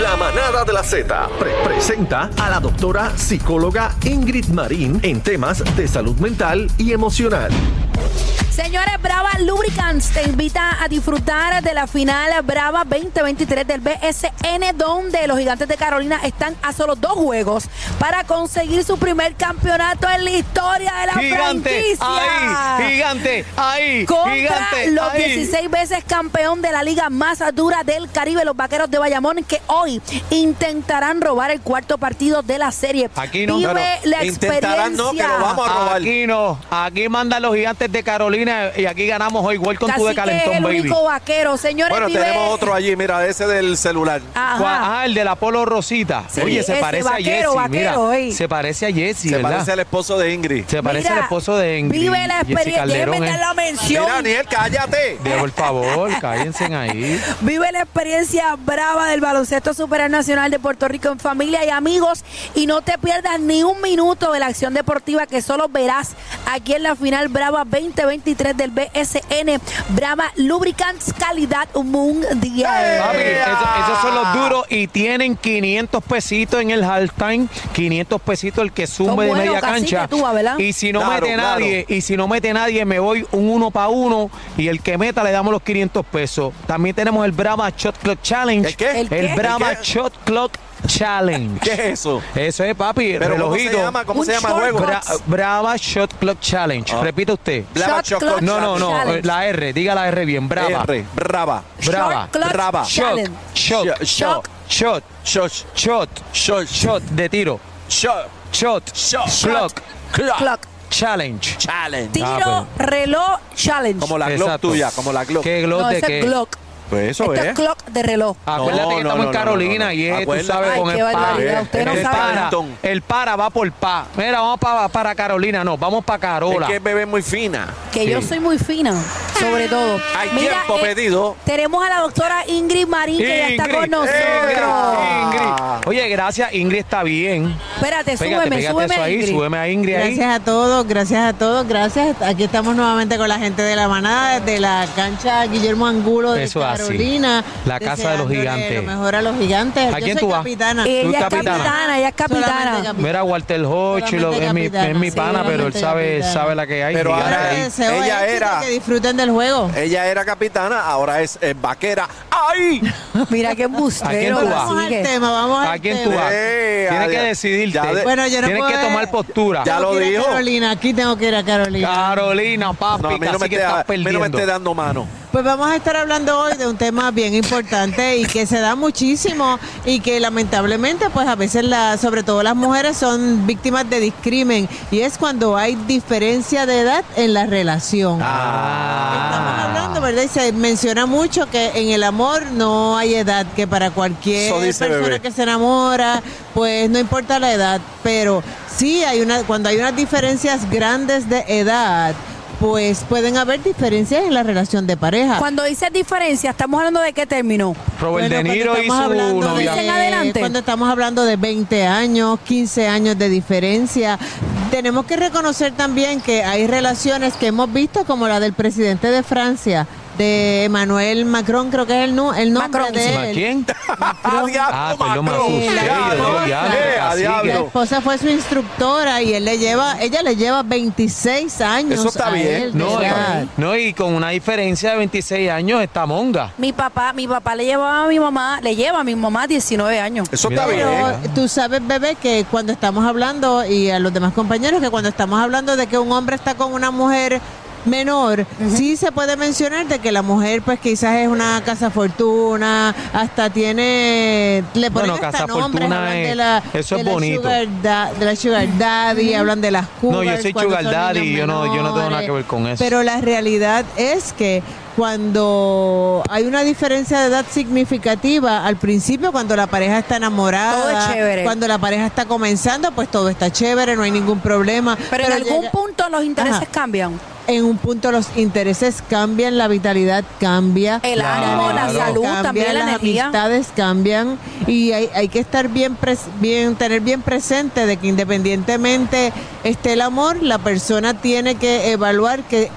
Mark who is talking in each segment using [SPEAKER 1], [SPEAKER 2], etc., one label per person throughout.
[SPEAKER 1] La manada de la Z pre- presenta a la doctora psicóloga Ingrid Marín en temas de salud mental y emocional.
[SPEAKER 2] Señores, Brava Lubricants te invita a disfrutar de la final Brava 2023 del BSN, donde los gigantes de Carolina están a solo dos juegos para conseguir su primer campeonato en la historia de la
[SPEAKER 3] Gigante,
[SPEAKER 2] franquicia.
[SPEAKER 3] ahí, gigante, ahí,
[SPEAKER 2] Contra
[SPEAKER 3] gigante,
[SPEAKER 2] los
[SPEAKER 3] ahí.
[SPEAKER 2] 16 veces campeón de la liga más dura del Caribe, los vaqueros de Bayamón, que hoy intentarán robar el cuarto partido de la serie.
[SPEAKER 4] Aquí no,
[SPEAKER 2] Vive
[SPEAKER 4] claro.
[SPEAKER 2] la
[SPEAKER 4] Intentarán, no, que lo
[SPEAKER 2] experiencia.
[SPEAKER 4] vamos a robar.
[SPEAKER 3] Aquí no, aquí mandan los gigantes de Carolina y aquí ganamos hoy. Igual con tu de
[SPEAKER 2] Cacique es
[SPEAKER 3] calentón,
[SPEAKER 2] el
[SPEAKER 3] baby.
[SPEAKER 2] único vaquero, señores.
[SPEAKER 4] Bueno,
[SPEAKER 2] vive-
[SPEAKER 4] tenemos otro allí, mira, ese del celular.
[SPEAKER 2] Ajá.
[SPEAKER 3] Ah, el de la Polo Rosita.
[SPEAKER 2] Sí,
[SPEAKER 3] Oye, se
[SPEAKER 2] ese
[SPEAKER 3] parece
[SPEAKER 2] vaquero,
[SPEAKER 3] a Jesse. Mira,
[SPEAKER 2] vaquero, ey.
[SPEAKER 3] se parece a Jesse,
[SPEAKER 4] Se
[SPEAKER 3] ¿verdad?
[SPEAKER 4] parece al esposo de Ingrid.
[SPEAKER 3] Se parece al
[SPEAKER 2] Mira,
[SPEAKER 3] esposo de Ingrid.
[SPEAKER 2] Vive la
[SPEAKER 3] Jesse
[SPEAKER 2] experiencia.
[SPEAKER 3] Calderón,
[SPEAKER 2] Déjeme dar
[SPEAKER 3] ¿eh?
[SPEAKER 2] la mención.
[SPEAKER 4] Mira, Daniel, cállate.
[SPEAKER 3] De- Por favor, cállense ahí.
[SPEAKER 2] Vive la experiencia brava del baloncesto supernacional de Puerto Rico en familia y amigos. Y no te pierdas ni un minuto de la acción deportiva que solo verás aquí en la final Brava 2023 del BSN. Brava Lubricants Calidad Mundial.
[SPEAKER 3] Papi, eh, eso- esos son los duros y tienen 500 pesitos en el halftime, 500 pesitos el que zumbe de
[SPEAKER 2] buenos,
[SPEAKER 3] media
[SPEAKER 2] cacique,
[SPEAKER 3] cancha.
[SPEAKER 2] tú, ¿verdad?
[SPEAKER 3] y si no
[SPEAKER 4] Claro,
[SPEAKER 3] mete
[SPEAKER 4] claro.
[SPEAKER 3] nadie, y si no mete nadie, me voy un uno para uno y el que meta le damos los 500 pesos. También tenemos el Brava Shot Clock Challenge.
[SPEAKER 4] ¿El qué?
[SPEAKER 2] ¿El qué?
[SPEAKER 3] Brava
[SPEAKER 4] ¿El qué?
[SPEAKER 3] Shot Clock Challenge.
[SPEAKER 4] ¿Qué es eso?
[SPEAKER 3] Eso es, papi, el
[SPEAKER 4] Pero ¿cómo
[SPEAKER 3] relojito.
[SPEAKER 4] se llama? ¿Cómo
[SPEAKER 2] Un
[SPEAKER 4] se llama el
[SPEAKER 2] short
[SPEAKER 4] juego?
[SPEAKER 2] box.
[SPEAKER 3] Bra- Brava Shot Clock Challenge.
[SPEAKER 4] Ah.
[SPEAKER 3] Repita usted.
[SPEAKER 4] Brava
[SPEAKER 2] Shot
[SPEAKER 4] Shot
[SPEAKER 2] clock
[SPEAKER 4] Clock
[SPEAKER 3] No, no, no,
[SPEAKER 2] Challenge.
[SPEAKER 3] la R, diga la R bien, Brava.
[SPEAKER 4] R, brava.
[SPEAKER 3] Brava.
[SPEAKER 2] Short Clutch
[SPEAKER 4] Brava.
[SPEAKER 2] Challenge.
[SPEAKER 3] Shock, shock,
[SPEAKER 4] Shock.
[SPEAKER 3] shock, shot,
[SPEAKER 4] Shot,
[SPEAKER 3] shot,
[SPEAKER 4] Shot.
[SPEAKER 3] shot de tiro,
[SPEAKER 4] shot,
[SPEAKER 3] shot,
[SPEAKER 4] Shot.
[SPEAKER 3] clock,
[SPEAKER 4] clock,
[SPEAKER 2] Clock.
[SPEAKER 3] challenge.
[SPEAKER 4] challenge.
[SPEAKER 2] Tiro,
[SPEAKER 3] Ah,
[SPEAKER 2] reloj, challenge.
[SPEAKER 4] Como la Glock
[SPEAKER 3] Exacto.
[SPEAKER 4] tuya, como la Glock.
[SPEAKER 3] ¿Qué glock
[SPEAKER 2] no,
[SPEAKER 3] de
[SPEAKER 2] ese
[SPEAKER 3] qué?
[SPEAKER 2] es Glock.
[SPEAKER 4] Pues eso
[SPEAKER 2] Esto
[SPEAKER 4] es.
[SPEAKER 3] ¿eh?
[SPEAKER 2] es Glock de reloj.
[SPEAKER 3] Acuérdate
[SPEAKER 4] No,
[SPEAKER 3] que
[SPEAKER 4] no,
[SPEAKER 3] estamos
[SPEAKER 4] no,
[SPEAKER 3] en
[SPEAKER 4] no,
[SPEAKER 3] Carolina
[SPEAKER 4] no, no.
[SPEAKER 3] y es, tú
[SPEAKER 4] Acuérdate.
[SPEAKER 3] sabes,
[SPEAKER 2] Ay,
[SPEAKER 3] con
[SPEAKER 2] qué
[SPEAKER 3] el pa.
[SPEAKER 2] barbaridad, usted no
[SPEAKER 3] el,
[SPEAKER 2] sabe.
[SPEAKER 3] para,
[SPEAKER 4] Clinton.
[SPEAKER 3] el para va por pa. Mira, vamos para, para Carolina, no, vamos para
[SPEAKER 4] Es
[SPEAKER 3] Carola.
[SPEAKER 4] que es bebé muy fina.
[SPEAKER 2] Que yo
[SPEAKER 3] Sí.
[SPEAKER 2] soy muy fina, sobre todo. eh,
[SPEAKER 4] Hay tiempo pedido.
[SPEAKER 2] Tenemos a la doctora Ingrid Marín, que ya está con nosotros.
[SPEAKER 3] Ingrid, Ingrid. Oye, gracias, Ingrid está bien.
[SPEAKER 2] Espérate,
[SPEAKER 3] Pégate,
[SPEAKER 2] súbeme,
[SPEAKER 3] pégate
[SPEAKER 2] súbeme
[SPEAKER 3] eso
[SPEAKER 2] a
[SPEAKER 3] ahí,
[SPEAKER 2] Ingrid.
[SPEAKER 3] súbeme a Ingrid ahí.
[SPEAKER 5] Gracias a todos, gracias a todos, gracias. Aquí estamos nuevamente con la gente de la manada, de la cancha Guillermo Angulo de
[SPEAKER 3] Eso es así.
[SPEAKER 5] Carolina.
[SPEAKER 3] La casa de los
[SPEAKER 5] deseándole
[SPEAKER 3] gigantes.
[SPEAKER 5] Lo mejor a los gigantes.
[SPEAKER 3] ¿A
[SPEAKER 5] Yo
[SPEAKER 3] quién
[SPEAKER 5] soy
[SPEAKER 3] tú vas?
[SPEAKER 5] capitana.
[SPEAKER 3] Tú
[SPEAKER 2] Ella es
[SPEAKER 3] capitana.
[SPEAKER 2] capitana, ella es
[SPEAKER 5] Solamente
[SPEAKER 2] capitana.
[SPEAKER 5] capitana.
[SPEAKER 3] Mira, Walter Hoch y lo- es mi,
[SPEAKER 5] Solamente
[SPEAKER 3] es mi
[SPEAKER 5] capitana,
[SPEAKER 3] pana, pero él
[SPEAKER 5] solamente
[SPEAKER 3] sabe,
[SPEAKER 5] capitana.
[SPEAKER 3] sabe la que hay.
[SPEAKER 4] Pero
[SPEAKER 3] gigante
[SPEAKER 4] ahora
[SPEAKER 5] Ahora
[SPEAKER 3] ahí.
[SPEAKER 5] les deseo
[SPEAKER 4] Ella
[SPEAKER 5] éxito,
[SPEAKER 4] era-
[SPEAKER 5] que disfruten del juego.
[SPEAKER 4] Ella era capitana, ahora es eh, vaquera. ¡Ay!
[SPEAKER 2] Mira qué
[SPEAKER 3] ¿A quién
[SPEAKER 2] embustero.
[SPEAKER 3] tú vas?
[SPEAKER 5] Vamos al
[SPEAKER 2] cacique.
[SPEAKER 5] tema, vamos
[SPEAKER 3] ¿A
[SPEAKER 5] al
[SPEAKER 3] quién tú
[SPEAKER 5] tema.
[SPEAKER 3] vas?
[SPEAKER 4] Eh,
[SPEAKER 3] Tienes que
[SPEAKER 4] ya-
[SPEAKER 3] decidirte.
[SPEAKER 4] ya de-
[SPEAKER 5] Bueno, yo no
[SPEAKER 3] Tienes
[SPEAKER 5] puedo-
[SPEAKER 3] que tomar postura.
[SPEAKER 4] Ya
[SPEAKER 5] Tengo
[SPEAKER 4] lo
[SPEAKER 5] que ir a
[SPEAKER 4] dijo.
[SPEAKER 5] Carolina, aquí tengo que ir a Carolina.
[SPEAKER 3] Carolina, papi,
[SPEAKER 4] No, a mí no, me
[SPEAKER 3] casi que
[SPEAKER 4] esté-
[SPEAKER 3] estás
[SPEAKER 4] a mí no me
[SPEAKER 3] perdiendo.
[SPEAKER 4] esté dando mano.
[SPEAKER 5] Pues vamos a estar hablando hoy de un tema bien importante y que se da muchísimo y que lamentablemente pues a veces la, sobre todo las mujeres son víctimas de discrimen y es cuando hay diferencia de edad en la relación.
[SPEAKER 4] Ah.
[SPEAKER 3] Ah,
[SPEAKER 5] Estamos hablando, ¿verdad? Y se menciona mucho que en el amor no hay edad, que para cualquier
[SPEAKER 4] Eso dice
[SPEAKER 5] persona
[SPEAKER 4] Bebé.
[SPEAKER 5] que se enamora, pues no importa la edad, pero sí hay una cuando hay unas diferencias grandes de edad, pues pueden haber diferencias en la relación de pareja.
[SPEAKER 2] Cuando dices diferencia, estamos hablando de qué término.
[SPEAKER 3] Robert De
[SPEAKER 5] Bueno, cuando
[SPEAKER 3] Niro y
[SPEAKER 5] estamos
[SPEAKER 3] su
[SPEAKER 5] hablando
[SPEAKER 3] novia.
[SPEAKER 2] Dicen adelante.
[SPEAKER 5] Cuando estamos hablando de 20 años, 15 años de diferencia, tenemos que reconocer también que hay relaciones que hemos visto como la del presidente de Francia, de Emmanuel Macron, creo que es el, nu- el nombre
[SPEAKER 2] Macron.
[SPEAKER 5] de él.
[SPEAKER 3] ¿A quién?
[SPEAKER 4] Ah, diablo,
[SPEAKER 3] Ah, perdón, me
[SPEAKER 4] Macron.
[SPEAKER 3] asusté. yo
[SPEAKER 5] Eh, la
[SPEAKER 3] digo,
[SPEAKER 5] cosa.
[SPEAKER 3] diablo,
[SPEAKER 4] Eh, a
[SPEAKER 3] Así que-
[SPEAKER 5] La
[SPEAKER 4] diablo.
[SPEAKER 5] esposa fue su instructora y él le lleva, ella le lleva 26 años.
[SPEAKER 4] Eso está
[SPEAKER 5] a
[SPEAKER 4] bien.
[SPEAKER 5] él de
[SPEAKER 3] No,
[SPEAKER 5] edad.
[SPEAKER 3] y, no, y con una diferencia de 26 años está monga.
[SPEAKER 2] Mi papá, mi papá le llevaba a mi mamá, le lleva a mi mamá 19 años.
[SPEAKER 4] Eso
[SPEAKER 3] Mira,
[SPEAKER 4] está bien.
[SPEAKER 3] pero-
[SPEAKER 5] Pero tú sabes, bebé, que cuando estamos hablando, y a los demás compañeros, que cuando estamos hablando de que un hombre está con una mujer menor, sí se puede mencionar de que la mujer pues quizás es una casa fortuna, hasta tiene, le ponen
[SPEAKER 3] Bueno,
[SPEAKER 5] hasta
[SPEAKER 3] cazafortuna
[SPEAKER 5] nombres, hablan de
[SPEAKER 3] es-
[SPEAKER 5] la,
[SPEAKER 3] eso es
[SPEAKER 5] de la
[SPEAKER 3] bonito.
[SPEAKER 5] sugar da- de la sugar daddy, hablan de las
[SPEAKER 3] No, yo
[SPEAKER 5] cougars.
[SPEAKER 3] soy
[SPEAKER 5] cuando
[SPEAKER 3] sugar
[SPEAKER 5] son
[SPEAKER 3] daddy,
[SPEAKER 5] niños
[SPEAKER 3] yo no- yo no tengo nada
[SPEAKER 5] menores.
[SPEAKER 3] que ver con eso.
[SPEAKER 5] Pero pero la realidad es que cuando hay una diferencia de edad significativa, al principio cuando la pareja está enamorada,
[SPEAKER 2] Todo es chévere.
[SPEAKER 5] cuando la pareja está comenzando, pues todo está chévere, no hay ningún problema.
[SPEAKER 2] Pero, en algún
[SPEAKER 5] llega-
[SPEAKER 2] punto los intereses
[SPEAKER 5] Ajá.
[SPEAKER 2] cambian.
[SPEAKER 5] en un punto los intereses cambian, la vitalidad cambia,
[SPEAKER 2] El
[SPEAKER 5] la
[SPEAKER 3] ánimo, la
[SPEAKER 5] energía
[SPEAKER 2] salud, también la
[SPEAKER 5] las
[SPEAKER 2] energía.
[SPEAKER 5] amistades cambian y hay, hay que estar bien, pres- bien, tener bien presente de que independientemente esté el amor, la persona tiene que evaluar que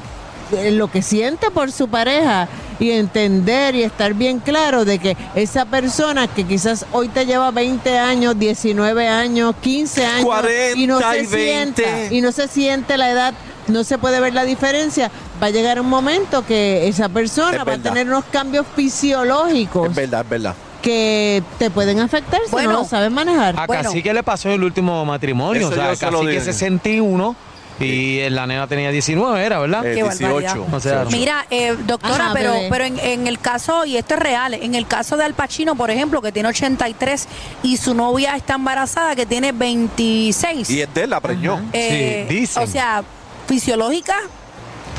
[SPEAKER 5] eh, lo que siente por su pareja y entender y estar bien claro de que esa persona que quizás hoy te lleva 20 años, 19 años, 15 años y no
[SPEAKER 4] 40
[SPEAKER 5] se
[SPEAKER 4] y 20.
[SPEAKER 5] sienta y no se siente la edad, no se puede ver la diferencia, va a llegar un momento que esa persona
[SPEAKER 4] Es
[SPEAKER 5] va
[SPEAKER 4] verdad.
[SPEAKER 5] a tener unos cambios fisiológicos
[SPEAKER 4] Es verdad, es verdad.
[SPEAKER 5] Ah, que te pueden afectar si
[SPEAKER 2] Bueno.
[SPEAKER 5] no lo sabes manejar.
[SPEAKER 3] A
[SPEAKER 2] Bueno.
[SPEAKER 3] Cacique le pasó en el último matrimonio,
[SPEAKER 4] Eso
[SPEAKER 3] o sea,
[SPEAKER 4] yo se lo
[SPEAKER 3] Cacique
[SPEAKER 4] dije.
[SPEAKER 3] 61 y eh, la nena tenía 19, era, ¿verdad?
[SPEAKER 4] Eh,
[SPEAKER 2] Qué
[SPEAKER 4] 18.
[SPEAKER 2] barbaridad.
[SPEAKER 3] O sea,
[SPEAKER 2] Mira, eh, doctora,
[SPEAKER 5] Ajá,
[SPEAKER 2] pero,
[SPEAKER 5] bebé.
[SPEAKER 2] pero en, en el caso, y esto es real, en el caso de Al Pacino, por ejemplo, que tiene 83 y su novia está embarazada, que tiene 26.
[SPEAKER 4] y es de la preñó.
[SPEAKER 2] Eh,
[SPEAKER 3] Sí, dicen.
[SPEAKER 2] O sea, fisiológica,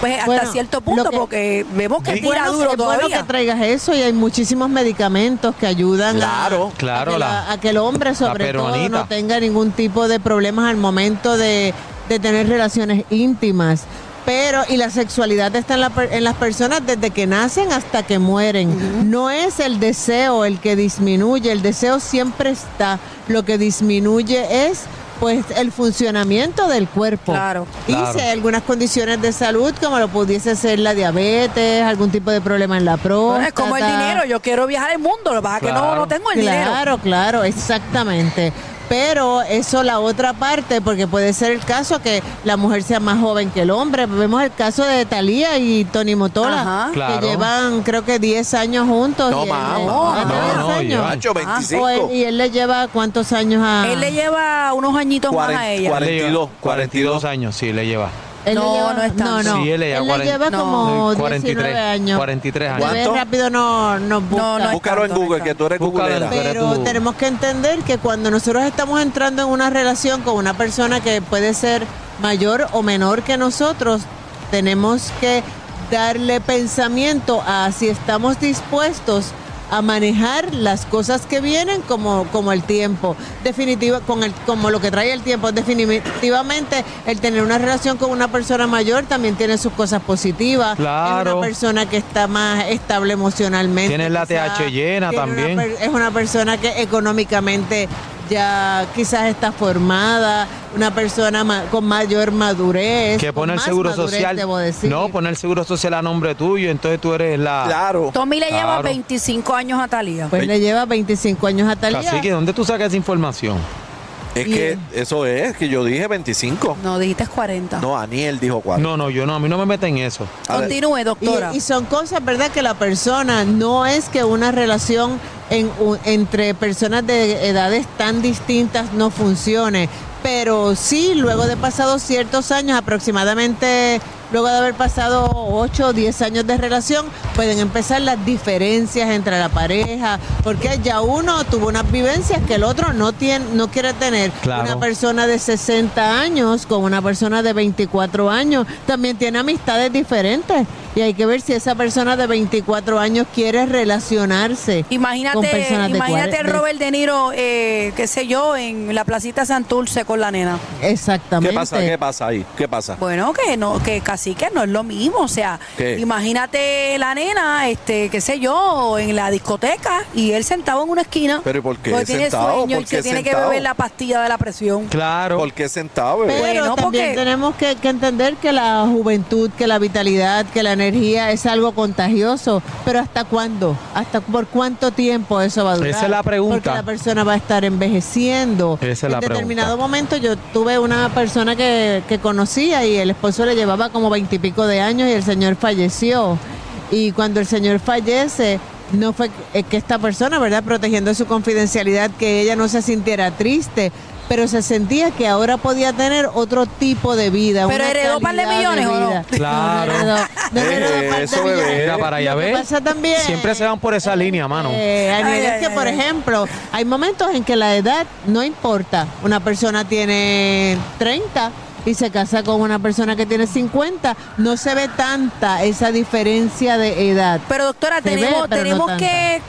[SPEAKER 2] pues hasta
[SPEAKER 5] Bueno,
[SPEAKER 2] cierto punto,
[SPEAKER 5] lo que-
[SPEAKER 2] porque vemos que
[SPEAKER 5] Es
[SPEAKER 2] tira
[SPEAKER 5] bueno,
[SPEAKER 2] duro
[SPEAKER 5] es bueno
[SPEAKER 2] todavía.
[SPEAKER 5] que traigas eso y hay muchísimos medicamentos que ayudan a-
[SPEAKER 4] Claro,
[SPEAKER 5] a,
[SPEAKER 3] claro,
[SPEAKER 5] que la-
[SPEAKER 3] la-
[SPEAKER 5] a que el hombre sobre todo
[SPEAKER 3] peronita.
[SPEAKER 5] no tenga ningún tipo de problemas al momento de, de tener relaciones íntimas. Pero, y la sexualidad está en, la per- en las personas desde que nacen hasta que mueren. No es el deseo el que disminuye, el deseo siempre está. Lo que disminuye es pues el funcionamiento del cuerpo.
[SPEAKER 2] Claro.
[SPEAKER 5] Y
[SPEAKER 3] Claro.
[SPEAKER 5] si hay algunas condiciones de salud, como lo pudiese ser la diabetes, algún tipo de problema en la próstata.
[SPEAKER 2] Bueno, es como el dinero, yo quiero viajar el mundo, lo que pasa es que no,
[SPEAKER 3] Claro.
[SPEAKER 2] no tengo el dinero.
[SPEAKER 5] Claro, claro, exactamente. Pero eso la otra parte, porque puede ser el caso que la mujer sea más joven que el hombre. Vemos el caso de Talía y Tony Motola,
[SPEAKER 2] Ajá.
[SPEAKER 5] que
[SPEAKER 3] Claro.
[SPEAKER 5] llevan creo que 10 años juntos.
[SPEAKER 4] No,
[SPEAKER 5] y él-
[SPEAKER 4] más,
[SPEAKER 5] eh,
[SPEAKER 4] no,
[SPEAKER 5] ¿más de
[SPEAKER 3] no,
[SPEAKER 5] 10
[SPEAKER 3] no,
[SPEAKER 5] años?
[SPEAKER 3] llevan
[SPEAKER 4] Macho, 25.
[SPEAKER 5] O él- y él le lleva cuántos años a...
[SPEAKER 2] Él le lleva unos añitos más a
[SPEAKER 4] Cuaren-
[SPEAKER 2] ella.
[SPEAKER 4] cuaren-
[SPEAKER 3] le lleva
[SPEAKER 4] 42,
[SPEAKER 3] 42 años, sí, le lleva.
[SPEAKER 5] Él le
[SPEAKER 2] No, no es tanto.
[SPEAKER 5] no.
[SPEAKER 3] Sí, él le lleva cuaren-
[SPEAKER 5] lleva
[SPEAKER 2] no.
[SPEAKER 5] como
[SPEAKER 3] 43,
[SPEAKER 5] 19 años.
[SPEAKER 3] 43 años.
[SPEAKER 5] Bebé,
[SPEAKER 4] ¿Cuánto?
[SPEAKER 5] rápido no, nos busca.
[SPEAKER 2] No, no es
[SPEAKER 4] Búscalo en
[SPEAKER 2] tanto,
[SPEAKER 4] Google,
[SPEAKER 2] no
[SPEAKER 4] que tú eres
[SPEAKER 3] Búscalo en
[SPEAKER 4] googlera.
[SPEAKER 3] Google.
[SPEAKER 5] Pero
[SPEAKER 3] tú.
[SPEAKER 5] tenemos que entender que cuando nosotros estamos entrando en una relación con una persona que puede ser mayor o menor que nosotros, tenemos que darle pensamiento a si estamos dispuestos a manejar las cosas que vienen como, como el tiempo, definitiva, con el, como lo que trae el tiempo. Definitivamente el tener una relación con una persona mayor también tiene sus cosas positivas. Es
[SPEAKER 3] Claro.
[SPEAKER 5] una persona que está más estable emocionalmente.
[SPEAKER 3] Tienes la
[SPEAKER 5] quizá,
[SPEAKER 3] TH llena
[SPEAKER 5] tiene una
[SPEAKER 3] también.
[SPEAKER 5] per- es una persona que económicamente ya quizás está formada, una persona ma- con mayor madurez.
[SPEAKER 3] que
[SPEAKER 5] con
[SPEAKER 3] pone el
[SPEAKER 5] más
[SPEAKER 3] seguro
[SPEAKER 5] madurez,
[SPEAKER 3] social.
[SPEAKER 5] debo decir.
[SPEAKER 3] No, pone el seguro social a nombre tuyo, entonces tú eres la.
[SPEAKER 4] Claro.
[SPEAKER 2] Tommy le lleva
[SPEAKER 3] Claro.
[SPEAKER 2] 25 años a Talía.
[SPEAKER 5] Pues le lleva 25 años a Talía.
[SPEAKER 3] Así que, ¿dónde tú sacas esa información?
[SPEAKER 4] Es que eso es, que yo dije 25.
[SPEAKER 2] no, dijiste 40.
[SPEAKER 4] No, Aniel dijo 4.
[SPEAKER 3] No, no, yo no, a mí no me meten en eso.
[SPEAKER 4] A ver.
[SPEAKER 2] Continúe, doctora.
[SPEAKER 5] Y, y son cosas, ¿verdad? Que la persona no es que una relación en un- entre personas de edades tan distintas no funcione, pero sí, luego de pasados ciertos años, aproximadamente luego de haber pasado 8 o 10 años de relación, pueden empezar las diferencias entre la pareja, porque ya uno tuvo unas vivencias que el otro no, tiene, no quiere tener.
[SPEAKER 3] Claro.
[SPEAKER 5] Una persona de 60 años con una persona de 24 años también tiene amistades diferentes y hay que ver si esa persona de 24 años quiere relacionarse con personas
[SPEAKER 2] Imagínate,
[SPEAKER 5] de
[SPEAKER 2] imagínate
[SPEAKER 5] 40.
[SPEAKER 2] el Robert De Niro, eh, qué sé yo, en la placita Santurce con la nena.
[SPEAKER 5] Exactamente.
[SPEAKER 4] ¿Qué pasa? ¿Qué pasa ahí? ¿Qué pasa?
[SPEAKER 2] Bueno, que no, que cacique no es lo mismo. O sea,
[SPEAKER 4] ¿Qué?
[SPEAKER 2] imagínate la nena, este, qué sé yo, en la discoteca y él sentado en una esquina.
[SPEAKER 4] Pero, ¿y por qué
[SPEAKER 2] Porque tiene
[SPEAKER 4] sentado?
[SPEAKER 2] sueño y
[SPEAKER 4] ¿Por qué
[SPEAKER 2] que tiene que
[SPEAKER 4] sentado?
[SPEAKER 2] beber la pastilla de la presión.
[SPEAKER 3] Claro.
[SPEAKER 4] ¿Por qué sentado, bebé?
[SPEAKER 5] Pero
[SPEAKER 2] Bueno,
[SPEAKER 5] también
[SPEAKER 2] porque-
[SPEAKER 5] tenemos que, que entender que la juventud, que la vitalidad, que la energía es algo contagioso. Pero ¿hasta cuándo? ¿Hasta por cuánto tiempo eso va a durar?
[SPEAKER 3] Esa es la pregunta.
[SPEAKER 5] Porque la persona va a estar envejeciendo.
[SPEAKER 3] Esa es
[SPEAKER 5] en
[SPEAKER 3] la
[SPEAKER 5] determinado momento yo tuve una persona que, que conocía y el esposo le llevaba como veintipico de años y el señor falleció. Y cuando el señor fallece, no fue que- eh, que esta persona, ¿verdad? Protegiendo su confidencialidad, que ella no se sintiera triste, pero se sentía que ahora podía tener otro tipo de vida.
[SPEAKER 2] ¿Pero
[SPEAKER 5] una
[SPEAKER 2] heredó par de
[SPEAKER 5] calidad
[SPEAKER 2] millones o no?
[SPEAKER 5] vida.
[SPEAKER 3] Claro.
[SPEAKER 5] No, no heredó, no
[SPEAKER 4] Eh,
[SPEAKER 5] heredó par de
[SPEAKER 4] eso,
[SPEAKER 5] millones.
[SPEAKER 4] bebé.
[SPEAKER 3] Mira para allá,
[SPEAKER 5] Lo que
[SPEAKER 3] ¿ves?
[SPEAKER 5] pasa también-
[SPEAKER 3] Siempre se van por esa línea, mano.
[SPEAKER 5] eh, a
[SPEAKER 2] Ay,
[SPEAKER 5] nivel
[SPEAKER 2] ay,
[SPEAKER 5] que,
[SPEAKER 2] ay,
[SPEAKER 5] por
[SPEAKER 2] ay.
[SPEAKER 5] ejemplo, hay momentos en que la edad no importa. Una persona tiene 30 y se casa con una persona que tiene 50. No se ve tanta esa diferencia de edad.
[SPEAKER 2] Pero doctora,
[SPEAKER 5] Se ve,
[SPEAKER 2] tenemos,
[SPEAKER 5] pero no
[SPEAKER 2] tenemos
[SPEAKER 5] tanta.
[SPEAKER 2] que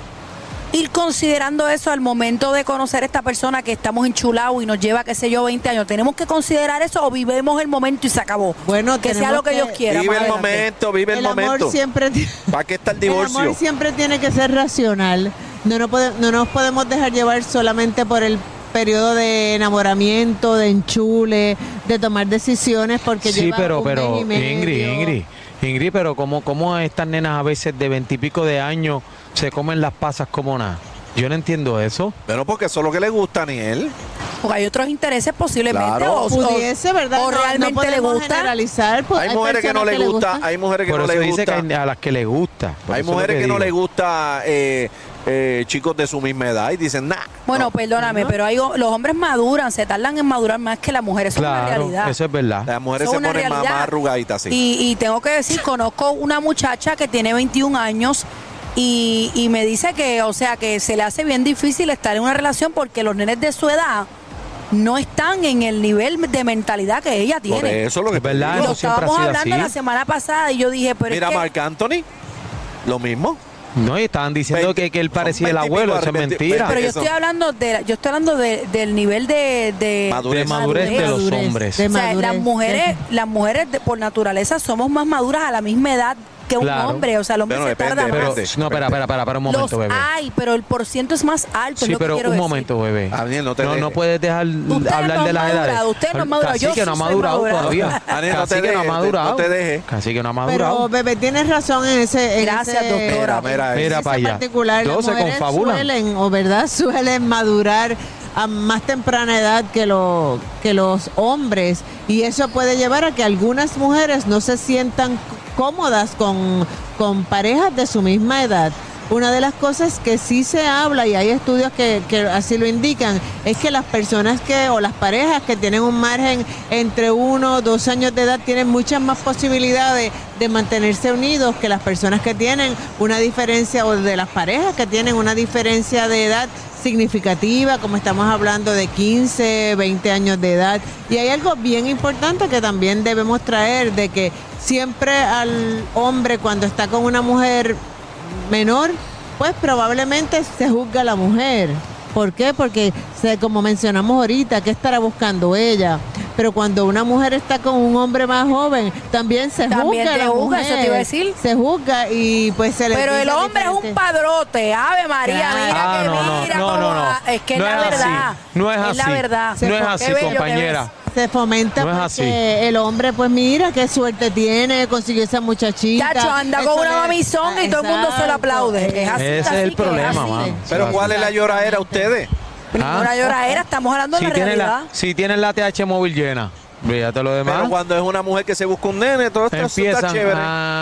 [SPEAKER 2] ir considerando eso al momento de conocer a esta persona que estamos enchulados y nos lleva, qué sé yo, 20 años. ¿Tenemos que considerar eso o vivimos el momento y se acabó?
[SPEAKER 5] Bueno,
[SPEAKER 2] que sea
[SPEAKER 5] tenemos
[SPEAKER 2] lo que,
[SPEAKER 5] que-
[SPEAKER 2] Dios quiera.
[SPEAKER 4] Vive
[SPEAKER 2] más
[SPEAKER 4] el
[SPEAKER 2] adelante.
[SPEAKER 4] momento, vive el,
[SPEAKER 5] el
[SPEAKER 4] momento.
[SPEAKER 5] amor siempre ti-
[SPEAKER 4] ¿Para qué está el
[SPEAKER 5] el
[SPEAKER 4] divorcio?
[SPEAKER 5] amor siempre tiene que ser racional. No, no, pode- no nos podemos dejar llevar solamente por el periodo de enamoramiento, de enchule, de tomar decisiones porque
[SPEAKER 3] Sí,
[SPEAKER 5] lleva
[SPEAKER 3] pero,
[SPEAKER 5] un
[SPEAKER 3] pero,
[SPEAKER 5] mes y medio.
[SPEAKER 3] Ingrid, Ingrid, Ingrid, pero como como estas nenas a veces de veintipico de años se comen las pasas como nada? Yo no entiendo eso.
[SPEAKER 4] Pero porque eso es lo que le gusta a Niel.
[SPEAKER 2] Porque hay otros intereses posiblemente.
[SPEAKER 4] Claro.
[SPEAKER 2] o, o-
[SPEAKER 5] pudiese, ¿verdad?
[SPEAKER 2] o
[SPEAKER 5] No- no
[SPEAKER 2] realmente le
[SPEAKER 5] podemos
[SPEAKER 2] gusta.
[SPEAKER 5] generalizar, pues,
[SPEAKER 4] Hay, mujeres que no
[SPEAKER 5] personas
[SPEAKER 4] le gusta,
[SPEAKER 5] gustan.
[SPEAKER 4] hay mujeres que
[SPEAKER 3] Por
[SPEAKER 4] no
[SPEAKER 3] eso
[SPEAKER 4] le
[SPEAKER 3] dice que
[SPEAKER 4] gusta.
[SPEAKER 3] hay a las que les gusta. Por eso
[SPEAKER 4] hay
[SPEAKER 3] es lo
[SPEAKER 4] mujeres que, no
[SPEAKER 3] digo.
[SPEAKER 4] le gusta eh, eh, chicos de su misma edad y dicen, nah.
[SPEAKER 2] Bueno, perdóname, pero hay, los hombres maduran, se tardan en madurar más que las mujeres. Eso es una
[SPEAKER 3] Claro,
[SPEAKER 2] realidad.
[SPEAKER 3] eso es verdad.
[SPEAKER 4] Las mujeres
[SPEAKER 2] Eso
[SPEAKER 4] se
[SPEAKER 2] es una
[SPEAKER 4] ponen más,
[SPEAKER 2] realidad.
[SPEAKER 4] más arrugaditas, sí.
[SPEAKER 2] Y, y tengo que decir, conozco una muchacha que tiene 21 años y, y me dice que, o sea, que se le hace bien difícil estar en una relación porque los nenes de su edad no están en el nivel de mentalidad que ella
[SPEAKER 4] Por
[SPEAKER 2] tiene.
[SPEAKER 4] eso lo que
[SPEAKER 3] Es
[SPEAKER 4] te
[SPEAKER 3] verdad,
[SPEAKER 4] digo.
[SPEAKER 2] Lo
[SPEAKER 3] no siempre ha
[SPEAKER 2] estábamos
[SPEAKER 3] sido
[SPEAKER 2] hablando
[SPEAKER 3] así.
[SPEAKER 2] la semana pasada y yo dije, pero
[SPEAKER 4] Mira,
[SPEAKER 2] es que...
[SPEAKER 4] Marc Anthony, lo mismo.
[SPEAKER 3] No, y estaban diciendo
[SPEAKER 4] Veinte-
[SPEAKER 3] que, que él
[SPEAKER 4] son
[SPEAKER 3] parecía el
[SPEAKER 4] 20 y pico,
[SPEAKER 3] abuelo, eso es
[SPEAKER 4] 20,
[SPEAKER 3] mentira.
[SPEAKER 2] pero yo
[SPEAKER 4] eso.
[SPEAKER 2] estoy hablando de, yo estoy hablando de- del nivel de, de
[SPEAKER 3] de
[SPEAKER 4] madurez.
[SPEAKER 3] madurez de los
[SPEAKER 5] Madurez.
[SPEAKER 3] hombres.
[SPEAKER 5] De
[SPEAKER 2] O sea,
[SPEAKER 5] madurez.
[SPEAKER 2] las mujeres, las mujeres de- por naturaleza somos más maduras a la misma edad que un
[SPEAKER 3] Claro.
[SPEAKER 2] hombre. O sea, el hombre
[SPEAKER 4] Bueno,
[SPEAKER 2] se
[SPEAKER 4] depende,
[SPEAKER 2] tarda
[SPEAKER 3] Pero,
[SPEAKER 2] más.
[SPEAKER 4] depende.
[SPEAKER 3] no, espera, espera, espera, espera un momento,
[SPEAKER 2] los
[SPEAKER 3] bebé.
[SPEAKER 2] hay, pero el porciento es más alto. es
[SPEAKER 3] Sí,
[SPEAKER 2] lo que
[SPEAKER 3] pero
[SPEAKER 2] quiero
[SPEAKER 3] un
[SPEAKER 2] decir.
[SPEAKER 3] momento, bebé.
[SPEAKER 4] Daniel, no te
[SPEAKER 3] no,
[SPEAKER 4] dejes.
[SPEAKER 3] puedes dejar
[SPEAKER 2] Ustedes
[SPEAKER 3] hablar
[SPEAKER 2] no
[SPEAKER 3] de las
[SPEAKER 2] han
[SPEAKER 3] edades.
[SPEAKER 2] madurado, ustedes no han madurado, yo
[SPEAKER 3] Cacique
[SPEAKER 2] sí
[SPEAKER 3] no ha
[SPEAKER 2] soy
[SPEAKER 3] madurado
[SPEAKER 2] madurada.
[SPEAKER 3] todavía.
[SPEAKER 4] Daniel, no te
[SPEAKER 3] Cacique no ha
[SPEAKER 4] dejes,
[SPEAKER 3] madurado.
[SPEAKER 4] no te dejes.
[SPEAKER 3] Casi que no ha
[SPEAKER 5] Pero,
[SPEAKER 3] madurado.
[SPEAKER 5] bebé, tienes razón en ese. en
[SPEAKER 2] Gracias,
[SPEAKER 5] ese-
[SPEAKER 2] doctora.
[SPEAKER 4] Mira, mira,
[SPEAKER 3] Mira
[SPEAKER 5] ese
[SPEAKER 3] para allá.
[SPEAKER 5] particular, las
[SPEAKER 3] Todos se
[SPEAKER 5] mujeres
[SPEAKER 3] confabulan.
[SPEAKER 5] suelen, o verdad, suelen madurar a más temprana edad que, lo, que los hombres. Y eso puede llevar a que algunas mujeres no se sientan cómodas con, con parejas de su misma edad. Una de las cosas que sí se habla, y hay estudios que, que así lo indican, es que las personas que, o las parejas que tienen un margen entre uno o dos años de edad, tienen muchas más posibilidades de mantenerse unidos que las personas que tienen una diferencia, o de las parejas que tienen una diferencia de edad significativa, como estamos hablando de 15, 20 años de edad. Y hay algo bien importante que también debemos traer, de que siempre al hombre cuando está con una mujer menor, pues probablemente se juzga a la mujer. ¿Por qué? Porque, se, como mencionamos ahorita, ¿qué estará buscando ella? Pero cuando una mujer está con un hombre más joven, también se
[SPEAKER 2] También
[SPEAKER 5] juzga a
[SPEAKER 2] te
[SPEAKER 5] la
[SPEAKER 2] juzga, eso te
[SPEAKER 5] mujer.
[SPEAKER 2] iba a decir.
[SPEAKER 5] Se juzga y pues se le
[SPEAKER 2] Pero el
[SPEAKER 5] dice
[SPEAKER 2] hombre es un
[SPEAKER 5] diferente.
[SPEAKER 2] padrote, Ave María,
[SPEAKER 5] Claro.
[SPEAKER 2] mira
[SPEAKER 3] Ah,
[SPEAKER 2] que
[SPEAKER 3] no, no,
[SPEAKER 2] mira
[SPEAKER 3] no,
[SPEAKER 2] cómo
[SPEAKER 3] no, no.
[SPEAKER 2] va. Es que
[SPEAKER 3] No
[SPEAKER 2] es la
[SPEAKER 3] es así,
[SPEAKER 2] verdad.
[SPEAKER 3] no es
[SPEAKER 2] la
[SPEAKER 3] así,
[SPEAKER 2] verdad.
[SPEAKER 3] no es
[SPEAKER 2] Qué
[SPEAKER 3] así,
[SPEAKER 2] bello que
[SPEAKER 3] compañera.
[SPEAKER 2] ves.
[SPEAKER 5] se fomenta
[SPEAKER 3] No es
[SPEAKER 5] porque
[SPEAKER 3] así.
[SPEAKER 5] el hombre pues mira qué suerte tiene consiguió esa muchachita
[SPEAKER 2] Chacho, anda
[SPEAKER 5] Eso
[SPEAKER 2] con una
[SPEAKER 5] le-
[SPEAKER 2] mamizonga y todo el mundo se lo aplaude. Es así,
[SPEAKER 3] Ese es
[SPEAKER 2] así
[SPEAKER 3] el
[SPEAKER 2] que
[SPEAKER 3] problema,
[SPEAKER 2] así.
[SPEAKER 3] mano.
[SPEAKER 4] Pero ¿cuál es la lloradera a ustedes?
[SPEAKER 2] Ninguna
[SPEAKER 3] Ah.
[SPEAKER 2] lloradera, estamos hablando de
[SPEAKER 3] Si
[SPEAKER 2] la
[SPEAKER 3] tienes
[SPEAKER 2] realidad.
[SPEAKER 3] la, si tienes la TH móvil llena, fíjate lo demás.
[SPEAKER 4] Pero cuando es una mujer que se busca un nene, todo esto está
[SPEAKER 3] empiezan ah.
[SPEAKER 4] chévere.
[SPEAKER 3] a...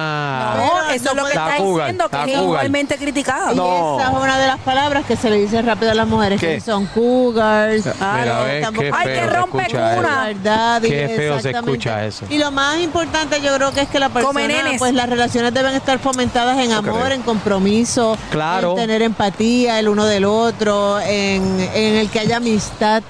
[SPEAKER 2] No,
[SPEAKER 5] No,
[SPEAKER 2] eso es lo
[SPEAKER 5] no
[SPEAKER 2] que
[SPEAKER 3] puede-
[SPEAKER 2] está
[SPEAKER 3] La Cougar,
[SPEAKER 2] diciendo, que
[SPEAKER 3] la
[SPEAKER 2] es
[SPEAKER 3] Cougar.
[SPEAKER 2] igualmente criticado.
[SPEAKER 5] y
[SPEAKER 4] No.
[SPEAKER 5] esa es una de las palabras que se le dice rápido a las mujeres
[SPEAKER 4] ¿Qué?
[SPEAKER 5] que son cougars Ah,
[SPEAKER 3] Mira,
[SPEAKER 5] no,
[SPEAKER 3] ves,
[SPEAKER 5] tampoco-
[SPEAKER 3] qué
[SPEAKER 2] Ay, que
[SPEAKER 3] feo se
[SPEAKER 2] rompe
[SPEAKER 3] escucha
[SPEAKER 2] cuna.
[SPEAKER 3] eso.
[SPEAKER 5] Verdad, y
[SPEAKER 3] Qué feo se
[SPEAKER 5] exactamente.
[SPEAKER 3] escucha eso.
[SPEAKER 5] Y lo más importante yo creo que es que la
[SPEAKER 2] Come
[SPEAKER 5] persona,
[SPEAKER 2] nenes.
[SPEAKER 5] pues las relaciones deben estar fomentadas en amor,
[SPEAKER 4] creo.
[SPEAKER 5] en compromiso,
[SPEAKER 3] Claro.
[SPEAKER 5] en tener empatía el uno del otro, en, en el que haya amistad.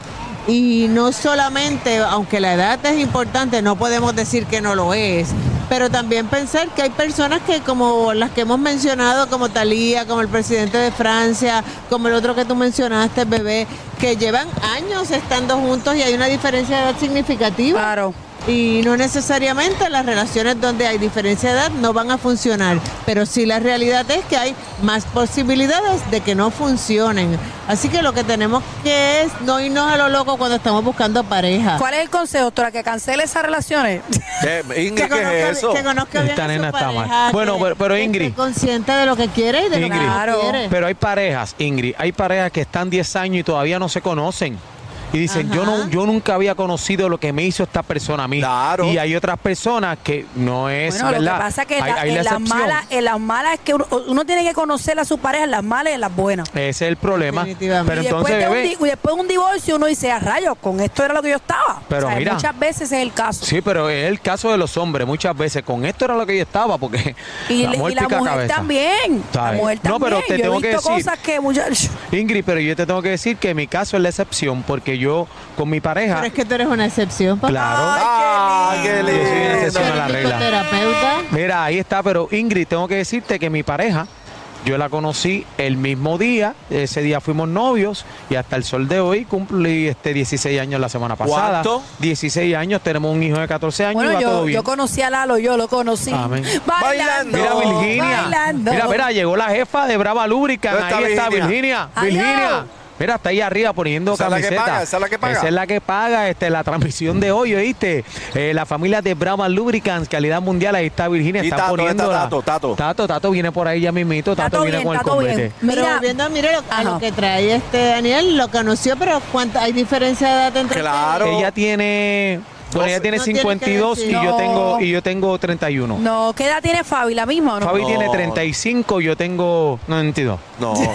[SPEAKER 5] Y no solamente, aunque la edad es importante, no podemos decir que no lo es. Pero también pensar que hay personas que, como las que hemos mencionado, como Talía, como el presidente de Francia, como el otro que tú mencionaste, bebé, que llevan años estando juntos y hay una diferencia de edad significativa.
[SPEAKER 2] Claro.
[SPEAKER 5] Y no necesariamente las relaciones donde hay diferencia de edad no van a funcionar, pero sí la realidad es que hay más posibilidades de que no funcionen. Así que lo que tenemos que es no irnos a lo loco cuando estamos buscando pareja.
[SPEAKER 2] ¿Cuál es el consejo, doctora? Que cancele esas relaciones.
[SPEAKER 4] ¿Qué, Ingrid, ¿qué
[SPEAKER 5] conozca-
[SPEAKER 4] es eso?
[SPEAKER 5] que conozca bien
[SPEAKER 3] Esta
[SPEAKER 5] a su
[SPEAKER 3] nena está
[SPEAKER 5] pareja,
[SPEAKER 3] mal.
[SPEAKER 5] que-
[SPEAKER 3] Bueno, pero- pero
[SPEAKER 5] que esté
[SPEAKER 3] Ingrid.
[SPEAKER 5] consciente de lo que quiere y de lo que
[SPEAKER 3] Ingrid.
[SPEAKER 5] no quiere.
[SPEAKER 3] Pero hay parejas, Ingrid, hay parejas que están 10 años y todavía no se conocen. Y dicen, yo no
[SPEAKER 5] Ajá.
[SPEAKER 3] yo nunca había conocido lo que me hizo esta persona a mí.
[SPEAKER 4] Claro.
[SPEAKER 3] Y hay otras personas que no es
[SPEAKER 2] bueno,
[SPEAKER 3] verdad.
[SPEAKER 2] lo que pasa es que en
[SPEAKER 3] hay,
[SPEAKER 2] la-
[SPEAKER 3] hay la
[SPEAKER 2] en las
[SPEAKER 3] excepción.
[SPEAKER 2] malas, en las malas es que uno, uno tiene que conocer a su pareja, en las malas y en las buenas.
[SPEAKER 3] Ese es el problema.
[SPEAKER 5] Definitivamente.
[SPEAKER 3] Pero
[SPEAKER 2] y, después
[SPEAKER 3] entonces,
[SPEAKER 2] de un
[SPEAKER 3] bebé,
[SPEAKER 2] di- y después de un divorcio uno dice, a rayos, con esto era lo que yo estaba.
[SPEAKER 3] Pero
[SPEAKER 2] O sea,
[SPEAKER 3] mira.
[SPEAKER 2] Muchas veces ese es el caso.
[SPEAKER 3] Sí, pero es el caso de los hombres. Muchas veces con esto era lo que yo estaba, porque
[SPEAKER 2] Y
[SPEAKER 3] la
[SPEAKER 2] le- y
[SPEAKER 3] mujer
[SPEAKER 2] la
[SPEAKER 3] pica
[SPEAKER 2] mujer
[SPEAKER 3] cabeza.
[SPEAKER 2] también. La
[SPEAKER 3] ¿Sabes?
[SPEAKER 2] mujer
[SPEAKER 3] No,
[SPEAKER 2] también.
[SPEAKER 3] pero te
[SPEAKER 2] Yo
[SPEAKER 3] tengo
[SPEAKER 2] he
[SPEAKER 3] que
[SPEAKER 2] visto
[SPEAKER 3] decir-
[SPEAKER 2] cosas que muchas...
[SPEAKER 3] Ingrid, pero yo te tengo que decir que mi caso es la excepción, porque yo con mi pareja,
[SPEAKER 5] Pero es que tú eres una excepción, papá.
[SPEAKER 3] claro,
[SPEAKER 4] Ah, qué
[SPEAKER 3] yo soy una
[SPEAKER 4] lindo.
[SPEAKER 3] excepción a la regla.
[SPEAKER 5] psicoterapeuta.
[SPEAKER 3] Mira, ahí está, pero Ingrid, tengo que decirte que mi pareja, yo la conocí el mismo día, ese día fuimos novios y hasta el sol de hoy cumplí este 16 años la semana pasada.
[SPEAKER 4] ¿Cuánto?
[SPEAKER 3] 16 años, tenemos un hijo de 14 años y
[SPEAKER 2] Bueno,
[SPEAKER 3] va todo
[SPEAKER 2] yo,
[SPEAKER 3] bien.
[SPEAKER 2] yo conocí a Lalo, yo lo conocí.
[SPEAKER 3] Amén.
[SPEAKER 2] Bailando.
[SPEAKER 3] Mira Virginia.
[SPEAKER 2] Bailando.
[SPEAKER 3] Mira, mira, llegó la jefa de Brava Lúbrica.
[SPEAKER 4] ¿Dónde está
[SPEAKER 3] Ahí está
[SPEAKER 4] Virginia?
[SPEAKER 3] Virginia.
[SPEAKER 2] Adiós.
[SPEAKER 3] Virginia. Mira, está ahí arriba poniendo
[SPEAKER 4] Esa es la que
[SPEAKER 3] camiseta.
[SPEAKER 4] paga, esa es la que paga.
[SPEAKER 3] Esa es la que paga este, la transmisión de hoy, ¿oíste? Eh, la familia de Brava Lubricants, calidad mundial, ahí está Virginia,
[SPEAKER 4] ¿Y
[SPEAKER 3] está
[SPEAKER 4] Tato? ¿Dónde está
[SPEAKER 3] poniendo
[SPEAKER 4] Tato? Tato.
[SPEAKER 3] Tato, Tato viene por ahí ya mismito, Tato,
[SPEAKER 2] Tato
[SPEAKER 3] viene
[SPEAKER 2] bien,
[SPEAKER 3] con el
[SPEAKER 2] Tato bien.
[SPEAKER 3] combate.
[SPEAKER 5] Pero
[SPEAKER 2] Mira.
[SPEAKER 5] volviendo a mira lo, a lo
[SPEAKER 2] Ajá.
[SPEAKER 5] que trae este Daniel, lo que anunció, pero ¿cuánta, hay diferencia de edad entre
[SPEAKER 4] Claro.
[SPEAKER 3] Ella tiene, bueno, ella
[SPEAKER 4] No
[SPEAKER 3] tiene
[SPEAKER 5] tiene que
[SPEAKER 3] 52 y
[SPEAKER 5] decir.
[SPEAKER 3] yo
[SPEAKER 2] No.
[SPEAKER 3] tengo y yo tengo 31.
[SPEAKER 2] No, ¿qué edad tiene Fabi? ¿La misma o no?
[SPEAKER 3] Fabi
[SPEAKER 4] No.
[SPEAKER 3] tiene 35, yo tengo 92.
[SPEAKER 4] No, no.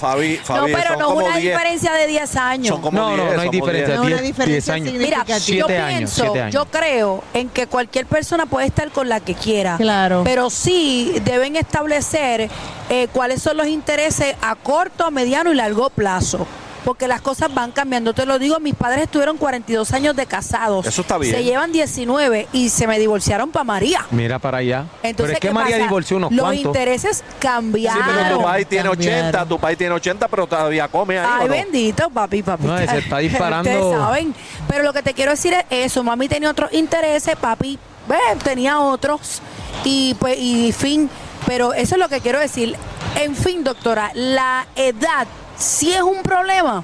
[SPEAKER 4] Fabi,
[SPEAKER 2] no,
[SPEAKER 4] Fabi,
[SPEAKER 2] pero
[SPEAKER 4] son
[SPEAKER 2] no es
[SPEAKER 4] como
[SPEAKER 2] una
[SPEAKER 4] 10.
[SPEAKER 2] diferencia de 10 años.
[SPEAKER 4] Son como
[SPEAKER 3] No, no,
[SPEAKER 4] 10,
[SPEAKER 3] no hay
[SPEAKER 4] somos
[SPEAKER 3] diferencia.
[SPEAKER 4] 10.
[SPEAKER 5] No, una
[SPEAKER 3] 10, 10
[SPEAKER 5] diferencia
[SPEAKER 3] años.
[SPEAKER 2] Mira,
[SPEAKER 5] significativa.
[SPEAKER 2] yo
[SPEAKER 3] Siete años,
[SPEAKER 2] pienso,
[SPEAKER 3] siete años.
[SPEAKER 2] yo creo en que cualquier persona puede estar con la que quiera.
[SPEAKER 5] Claro.
[SPEAKER 2] Pero sí deben establecer eh, cuáles son los intereses a corto, mediano y largo plazo. Porque las cosas van cambiando. Te lo digo, mis padres estuvieron 42 años de casados.
[SPEAKER 4] Eso está bien.
[SPEAKER 2] Se llevan 19 y se me divorciaron para María.
[SPEAKER 3] Mira para allá. pero
[SPEAKER 2] Entonces,
[SPEAKER 3] es que
[SPEAKER 2] ¿qué
[SPEAKER 3] María
[SPEAKER 2] pasa?
[SPEAKER 3] divorció unos
[SPEAKER 2] Los
[SPEAKER 3] cuantos.
[SPEAKER 2] intereses
[SPEAKER 4] Sí,
[SPEAKER 2] cambiaron.
[SPEAKER 4] pero tu país tiene
[SPEAKER 5] Cambiaron.
[SPEAKER 4] 80, tu país tiene 80, pero todavía come ahí.
[SPEAKER 2] Ay,
[SPEAKER 4] ¿o no?
[SPEAKER 2] bendito, papi, papi.
[SPEAKER 3] No, se está disparando.
[SPEAKER 2] Ustedes saben. Pero lo que te quiero decir es eso. Mami tenía otros intereses, papi ve, tenía otros. Y pues, y fin. Pero eso es lo que quiero decir. En fin, doctora, la edad sí es un problema.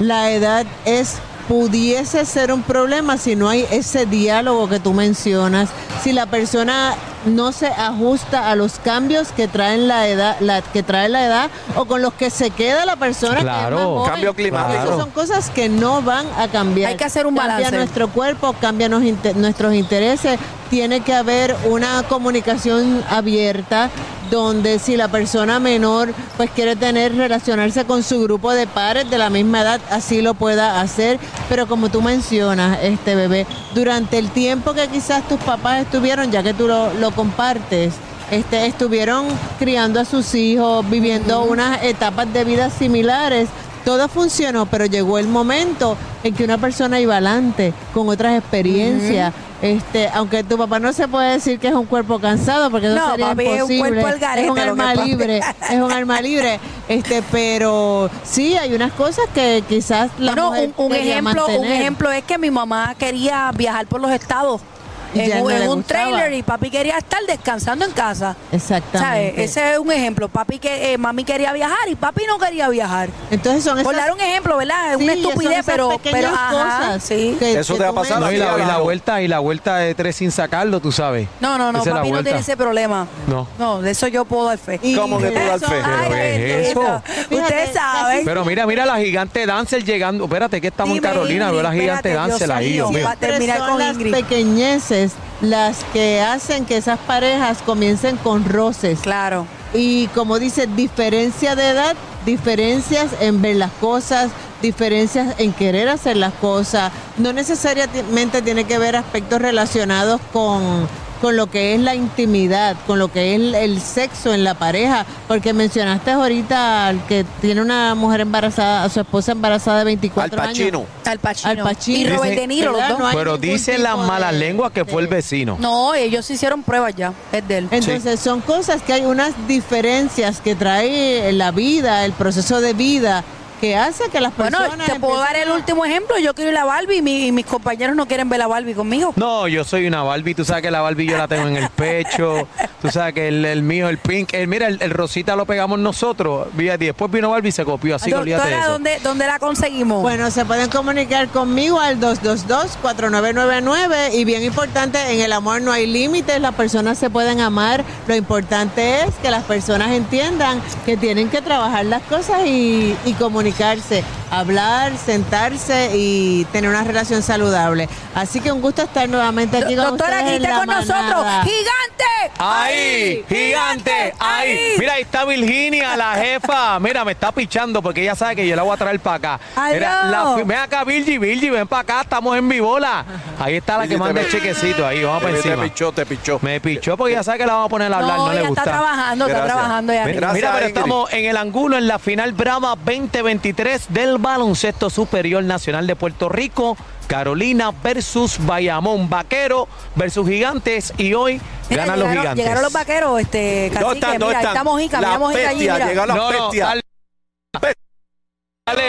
[SPEAKER 5] La edad es pudiese ser un problema si no hay ese diálogo que tú mencionas, si la persona no se ajusta a los cambios que traen la edad, la, que trae la edad o con los que se queda la persona.
[SPEAKER 3] Claro.
[SPEAKER 5] que es más joven.
[SPEAKER 4] Cambio climático.
[SPEAKER 5] Esas son cosas que no van a cambiar.
[SPEAKER 2] Hay que hacer un balance.
[SPEAKER 5] Cambia nuestro cuerpo, cambia nos inte- nuestros intereses. Tiene que haber una comunicación abierta donde si la persona menor pues quiere tener relacionarse con su grupo de pares de la misma edad, así lo pueda hacer. Pero como tú mencionas, este bebé, durante el tiempo que quizás tus papás estuvieron, ya que tú lo, lo compartes, este, estuvieron criando a sus hijos, viviendo unas etapas de vida similares. Todo funcionó, pero llegó el momento en que una persona iba adelante con otras experiencias. Este, aunque tu papá no se puede decir que es un cuerpo cansado, porque eso
[SPEAKER 2] No,
[SPEAKER 5] sería
[SPEAKER 2] papi, es un
[SPEAKER 5] imposible.
[SPEAKER 2] cuerpo al garete
[SPEAKER 5] Es un
[SPEAKER 2] lo que
[SPEAKER 5] alma
[SPEAKER 2] papi-
[SPEAKER 5] libre, es un alma libre. Este, pero sí hay unas cosas que quizás la
[SPEAKER 2] Bueno,
[SPEAKER 5] mujer
[SPEAKER 2] un, un
[SPEAKER 5] debería
[SPEAKER 2] ejemplo, un
[SPEAKER 5] mantener.
[SPEAKER 2] ejemplo es que mi mamá quería viajar por los estados
[SPEAKER 5] Y ya
[SPEAKER 2] en, un-
[SPEAKER 5] no le
[SPEAKER 2] en un
[SPEAKER 5] gustaba.
[SPEAKER 2] trailer y papi quería estar descansando en casa. ¿Sabes?
[SPEAKER 5] Exactamente.
[SPEAKER 2] Ese es un ejemplo. Papi que eh, mami quería viajar y papi no quería viajar.
[SPEAKER 5] Entonces son
[SPEAKER 2] Por
[SPEAKER 5] esas
[SPEAKER 2] dar un ejemplo, ¿verdad? Es una
[SPEAKER 5] Sí, son
[SPEAKER 2] estupidez,
[SPEAKER 5] esas
[SPEAKER 2] pero,
[SPEAKER 5] pequeñas
[SPEAKER 2] pero ajá,
[SPEAKER 5] cosas
[SPEAKER 2] sí.
[SPEAKER 5] que-
[SPEAKER 4] Eso
[SPEAKER 5] que
[SPEAKER 4] te va a
[SPEAKER 5] tú
[SPEAKER 4] pasar
[SPEAKER 5] me-
[SPEAKER 3] No, y
[SPEAKER 4] Sí,
[SPEAKER 3] la, y la
[SPEAKER 4] abajo.
[SPEAKER 3] vuelta, y la vuelta de tres sin sacarlo, tú sabes.
[SPEAKER 2] No, no, no,
[SPEAKER 3] Esa es la
[SPEAKER 2] papi no
[SPEAKER 3] vuelta.
[SPEAKER 2] tiene ese problema.
[SPEAKER 3] No.
[SPEAKER 2] No, de eso yo puedo dar fe.
[SPEAKER 5] Y
[SPEAKER 4] ¿Cómo que tú das fe?
[SPEAKER 5] eso-
[SPEAKER 3] Pero
[SPEAKER 2] Ay,
[SPEAKER 3] ¿qué es
[SPEAKER 2] bendito.
[SPEAKER 5] eso?
[SPEAKER 2] Ustedes
[SPEAKER 5] Fíjate,
[SPEAKER 2] saben.
[SPEAKER 3] Pero mira, mira la gigante Dancer llegando. Espérate, que estamos en Carolina, veo la gigante Dancer ahí, Dios mío.
[SPEAKER 2] Va a terminar
[SPEAKER 5] son
[SPEAKER 2] con
[SPEAKER 5] las
[SPEAKER 2] Ingrid.
[SPEAKER 5] pequeñeces las que hacen que esas parejas comiencen con roces.
[SPEAKER 2] Claro.
[SPEAKER 5] Y como dice, diferencia de edad, diferencias en ver las cosas, diferencias en querer hacer las cosas. No necesariamente tiene que ver aspectos relacionados con, con lo que es la intimidad, con lo que es el, el sexo en la pareja. Porque mencionaste ahorita al que tiene una mujer embarazada, a su esposa embarazada de 24
[SPEAKER 4] Al
[SPEAKER 5] años.
[SPEAKER 4] Pacino.
[SPEAKER 2] Al Pacino.
[SPEAKER 5] Al Pacino.
[SPEAKER 2] Y Robert
[SPEAKER 3] Dice-
[SPEAKER 2] De Niro, los
[SPEAKER 5] ¿Verdad?
[SPEAKER 2] dos.
[SPEAKER 5] No hay
[SPEAKER 3] Pero
[SPEAKER 5] ningún
[SPEAKER 3] dicen las
[SPEAKER 5] tipo de-
[SPEAKER 3] malas lenguas que fue el
[SPEAKER 5] de-
[SPEAKER 3] vecino.
[SPEAKER 2] No, ellos hicieron pruebas ya. Es de él.
[SPEAKER 5] Entonces son cosas que hay unas diferencias que trae la vida, el proceso de vida que hace que las
[SPEAKER 2] Bueno,
[SPEAKER 5] personas...
[SPEAKER 2] te puedo dar el
[SPEAKER 5] empiecen a-
[SPEAKER 2] último ejemplo. Yo quiero ir a Barbie y, mi- y mis compañeros no quieren ver la Barbie conmigo.
[SPEAKER 3] No, yo soy una Barbie, tú sabes que la Barbie yo la tengo en el pecho, tú sabes que el, el mío, el pink, el, mira, el, el rosita lo pegamos nosotros, fíjate, después vino Barbie y se copió, así que olvídate de
[SPEAKER 2] Doctora,
[SPEAKER 3] eso.
[SPEAKER 2] ¿dónde, ¿dónde la conseguimos?
[SPEAKER 5] Bueno, se pueden comunicar conmigo al 222-4999 y bien importante, en el amor no hay límites, las personas se pueden amar, lo importante es que las personas entiendan que tienen que trabajar las cosas y, y comunicarse, hablar, sentarse y tener una relación saludable. Así que un gusto estar nuevamente
[SPEAKER 2] Do-
[SPEAKER 5] aquí con
[SPEAKER 2] doctora,
[SPEAKER 5] ustedes en
[SPEAKER 2] grite
[SPEAKER 5] La
[SPEAKER 2] con nosotros.
[SPEAKER 5] Manada.
[SPEAKER 2] ¡Gigante!
[SPEAKER 3] ¡Ahí! ¡Gigante! ¡Ahí! Mira, ahí está Virginia, la jefa. Mira, me está pichando porque ella sabe que yo la voy a traer para acá.
[SPEAKER 2] Ay,
[SPEAKER 3] Mira,
[SPEAKER 2] no.
[SPEAKER 3] la- ven acá, Virgi, Virgi, ven para acá, estamos en mi bola. Ahí está la que
[SPEAKER 4] Virgi, te
[SPEAKER 3] manda el
[SPEAKER 4] pichó.
[SPEAKER 3] chequecito, ahí, vamos para
[SPEAKER 4] Te- Te
[SPEAKER 3] encima.
[SPEAKER 4] pichó, te pichó.
[SPEAKER 3] Me pichó porque ella sabe que la vamos a poner a hablar, no,
[SPEAKER 2] no,
[SPEAKER 3] le
[SPEAKER 2] ya
[SPEAKER 3] gusta.
[SPEAKER 2] está trabajando, está
[SPEAKER 4] Gracias.
[SPEAKER 2] trabajando ya.
[SPEAKER 3] Mira,
[SPEAKER 4] Gracias,
[SPEAKER 3] mira, pero
[SPEAKER 4] Ingrid.
[SPEAKER 3] estamos en el angulo en la final Brava 2023 del Baloncesto Superior Nacional de Puerto Rico. Carolina versus Bayamón, Vaquero versus Gigantes y hoy
[SPEAKER 2] Mira,
[SPEAKER 3] ganan los
[SPEAKER 2] llegaron,
[SPEAKER 3] Gigantes.
[SPEAKER 2] Llegaron los vaqueros, este, cacique.
[SPEAKER 4] ¿Dónde están? ¿Dónde
[SPEAKER 2] mira, ahí
[SPEAKER 4] están?
[SPEAKER 2] está Mojica, mira
[SPEAKER 4] La
[SPEAKER 2] Mojica allí,
[SPEAKER 4] bestia,
[SPEAKER 2] mira.
[SPEAKER 4] llegaron las
[SPEAKER 3] No, no,
[SPEAKER 4] bestias.
[SPEAKER 3] dale, dale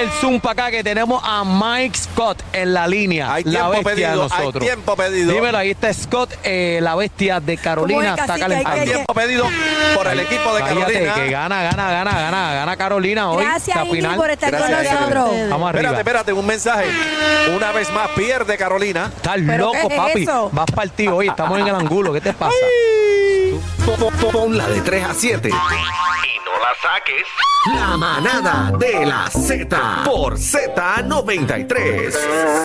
[SPEAKER 3] el zoom para acá que tenemos a Mike Scott en la línea.
[SPEAKER 4] Hay
[SPEAKER 3] la
[SPEAKER 4] tiempo
[SPEAKER 3] bestia de
[SPEAKER 4] pedido, hay
[SPEAKER 3] nosotros.
[SPEAKER 4] tiempo pedido.
[SPEAKER 3] Dímelo, ahí está Scott, eh, la bestia de Carolina.
[SPEAKER 2] cacique?
[SPEAKER 3] Está
[SPEAKER 2] Hay que-
[SPEAKER 4] Al
[SPEAKER 3] calentando.
[SPEAKER 4] tiempo pedido por el equipo de
[SPEAKER 3] Cállate,
[SPEAKER 4] Carolina.
[SPEAKER 3] que gana, gana, gana, gana, gana Carolina hoy.
[SPEAKER 2] Gracias,
[SPEAKER 3] la
[SPEAKER 2] Ingrid,
[SPEAKER 3] final.
[SPEAKER 2] por estar
[SPEAKER 4] Gracias,
[SPEAKER 2] con
[SPEAKER 4] Ingrid.
[SPEAKER 2] nosotros.
[SPEAKER 3] Vamos
[SPEAKER 4] Espérate,
[SPEAKER 3] arriba.
[SPEAKER 4] espérate, un mensaje. Una vez más pierde Carolina.
[SPEAKER 3] Estás
[SPEAKER 2] ¿Pero
[SPEAKER 3] loco,
[SPEAKER 2] qué es
[SPEAKER 3] papi.
[SPEAKER 2] eso?
[SPEAKER 3] Vas partido hoy, estamos en el angulo. ¿Qué te pasa?
[SPEAKER 1] Pon- pon- Pon la de 3 a 7. Y no la saques. La manada de la Z por Z93.